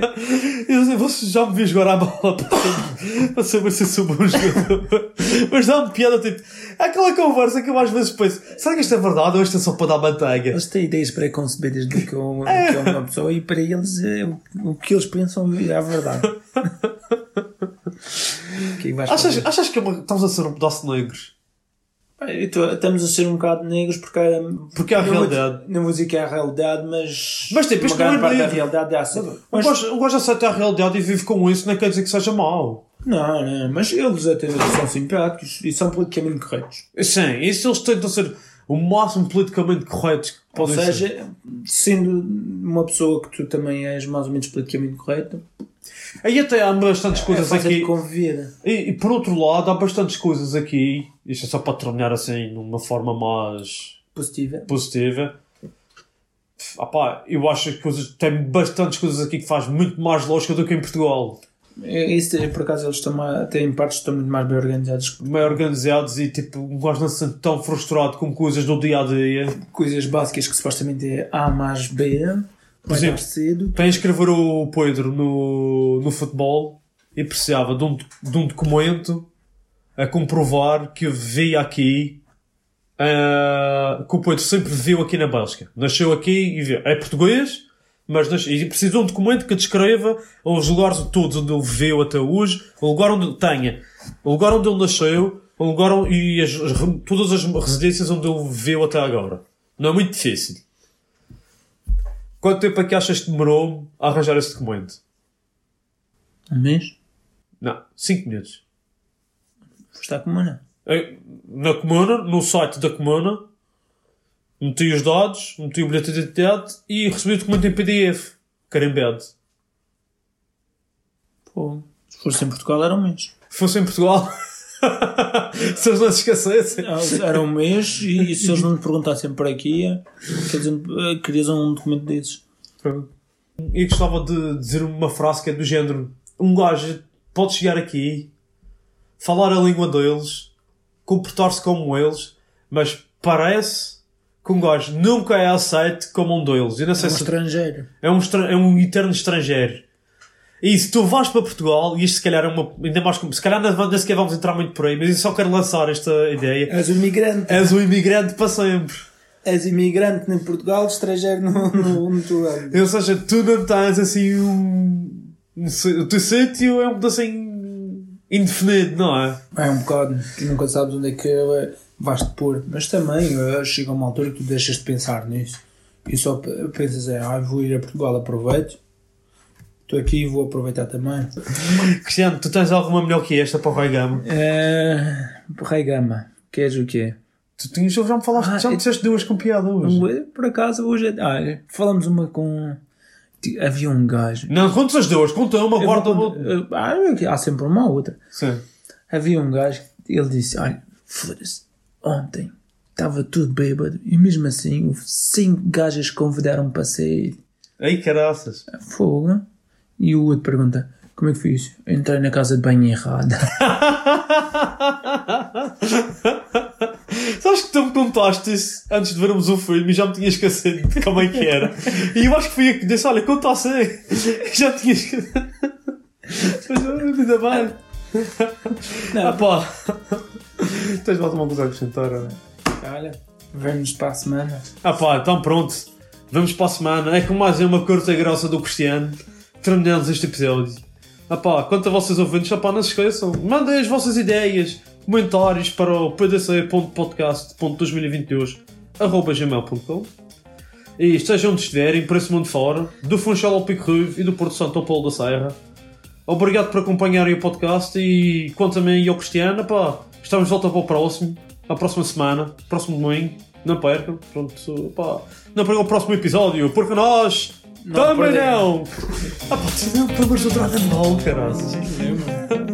Speaker 2: Eu sei, você já me viu jogar a bola para saber se eu sou um bom jogador. Mas dá-me piada, tipo, aquela conversa que eu às vezes penso: será que isto é verdade ou isto é só para dar manteiga?
Speaker 3: Eles têm ideias preconcebidas do que é um- do que é uma pessoa e para eles eh, o o que eles pensam é a verdade. Quem vais
Speaker 2: Achas,
Speaker 3: fazer?
Speaker 2: achas que é uma- estamos a ser um pedaço negros?
Speaker 3: Bem, eu tô- Estamos a ser um bocado negros porque, hum,
Speaker 2: Porque há
Speaker 3: não vou-
Speaker 2: realidade.
Speaker 3: Não vou dizer que é a realidade, mas.
Speaker 2: Mas, tipo,
Speaker 3: uma
Speaker 2: isto
Speaker 3: grande
Speaker 2: não é
Speaker 3: parte da
Speaker 2: livre.
Speaker 3: realidade é essa.
Speaker 2: Eu
Speaker 3: Mas,
Speaker 2: gosto, eu gosto de aceitar um a realidade e vivo com isso, não é quer dizer que seja mau.
Speaker 3: não, não, mas eles até são simpáticos e são politicamente corretos.
Speaker 2: Sim, isso eles tentam ser o máximo politicamente corretos que
Speaker 3: Ou
Speaker 2: podem ser.
Speaker 3: seja, sendo uma pessoa que tu também és mais ou menos politicamente correto,
Speaker 2: Aí até há bastantes
Speaker 3: é
Speaker 2: coisas
Speaker 3: fácil
Speaker 2: aqui.
Speaker 3: de conviver.
Speaker 2: E, e por outro lado, há bastantes coisas aqui, isto é só para terminar assim, numa forma mais.
Speaker 3: Positiva.
Speaker 2: positiva. Ah pá, eu acho que coisas, tem bastantes coisas aqui que faz muito mais lógica do que em Portugal.
Speaker 3: É, Isso, é, por acaso, eles estão ma- até em partes estão muito mais bem organizados que
Speaker 2: Bem organizados e tipo, um gajo não se sente tão frustrado com coisas do dia a dia.
Speaker 3: coisas básicas que supostamente é A mais B.
Speaker 2: Por
Speaker 3: Vai
Speaker 2: exemplo,
Speaker 3: dar cedo.
Speaker 2: para inscrever o Pedro no, no futebol e precisava de um, de um documento a comprovar que vivia aqui, ah, que o Pedro sempre viveu aqui na Bélgica. Nasceu aqui e viveu. é português, mas nasce- e precisa de um documento que descreva os lugares todos onde ele viveu até hoje, o lugar onde tenha, o lugar onde ele nasceu, o lugar onde, e as- as re- todas as residências onde ele viveu até agora. Não é muito difícil. Quanto tempo é que achas que demorou a arranjar esse documento?
Speaker 3: Um mês?
Speaker 2: Não, 5 minutos.
Speaker 3: Foste à comuna.
Speaker 2: Eu, na comuna, no site da comuna, meti os dados, meti o bilhete de identidade e recebi o documento em PDF. Carimbado.
Speaker 3: Pô. Se fosse em Portugal era um mês.
Speaker 2: Se fosse em Portugal, se eles não se esquecessem.
Speaker 3: Era um mês e, e se eles não me perguntassem por aqui, eh, quer dizer, eh, querias um documento desses.
Speaker 2: Eu gostava de dizer uma frase que é do género: um gajo pode chegar aqui, falar a língua deles, comportar-se como eles, mas parece que um gajo nunca é aceito como um deles. Eu não
Speaker 3: É
Speaker 2: sei
Speaker 3: um
Speaker 2: se
Speaker 3: estrangeiro.
Speaker 2: é um, estra- é um eterno estrangeiro. E se tu vais para Portugal, e isto se calhar é uma. Ainda mais, como- se calhar não, não sequer vamos entrar muito por aí, mas eu só quero lançar esta ideia.
Speaker 3: És um imigrante.
Speaker 2: És um imigrante para sempre.
Speaker 3: És imigrante em Portugal, estrangeiro no, no, no teu lado.
Speaker 2: Ou seja, tu não tens assim um. um se- O teu sítio é um pedaço assim indefinido, não é?
Speaker 3: É um bocado, tu nunca sabes onde é que eh, vais te pôr. Mas também eh, chega uma altura que tu deixas de pensar nisso e só pe- pensas é, ah, vou ir a Portugal, aproveito. Estou aqui e vou aproveitar também.
Speaker 2: Cristiano, tu tens alguma melhor que esta para o Rei
Speaker 3: É.
Speaker 2: Gama?
Speaker 3: Uh, Rei Gama, queres o quê?
Speaker 2: Tu tinhas, já me falaste,
Speaker 3: Ah,
Speaker 2: já me
Speaker 3: é-
Speaker 2: disseste duas com piada hoje.
Speaker 3: Por acaso hoje é. Ah, falamos uma com. ti- Havia um gajo.
Speaker 2: Não, contas as duas, conta uma, guarda uma.
Speaker 3: Eu- Ah, há sempre uma ou outra.
Speaker 2: Sim.
Speaker 3: Havia um gajo que ele disse: Olha, foda-se, ontem estava tudo bêbado e mesmo assim houve cinco gajas que convidaram-me para sair.
Speaker 2: Aí caraças.
Speaker 3: Fogo. E o outro pergunta: Como é que foi isso? Eu Entrei na casa de banho errada.
Speaker 2: Sabes que tu me contaste isso antes de vermos o filme e já me tinha esquecido de como é que era. E eu acho que fui eu que disse: Olha, conta assim. Já tinha esquecido. Mas ainda bem. Ah pá. Tens mais alguma coisa a acrescentar? Ana?
Speaker 3: Olha, vemos para a semana.
Speaker 2: é? Ah pá, então pronto. Vamos para a semana. É com mais uma curta e grossa do Cristiano. Terminamos este episódio. Ah pá, quanto a vocês ouvintes, ah pá, não se esqueçam. Mandem as vossas ideias, comentários para o pdc.podcast.2022 arroba gmail.com e estejam onde estiverem, por esse mundo fora, do Funchal ao Pico Ruivo e do Porto Santo ao Paulo da Serra. Obrigado por acompanharem o podcast e quanto a mim e ao Cristiano, pá, estamos de volta para o próximo, a próxima semana, próximo domingo, não percam, pronto, pá, não percam o próximo episódio, porque nós
Speaker 3: Não
Speaker 2: também
Speaker 3: perdemos.
Speaker 2: não! Ah pá, tu não, pelo menos do Dragon Ball, caralho.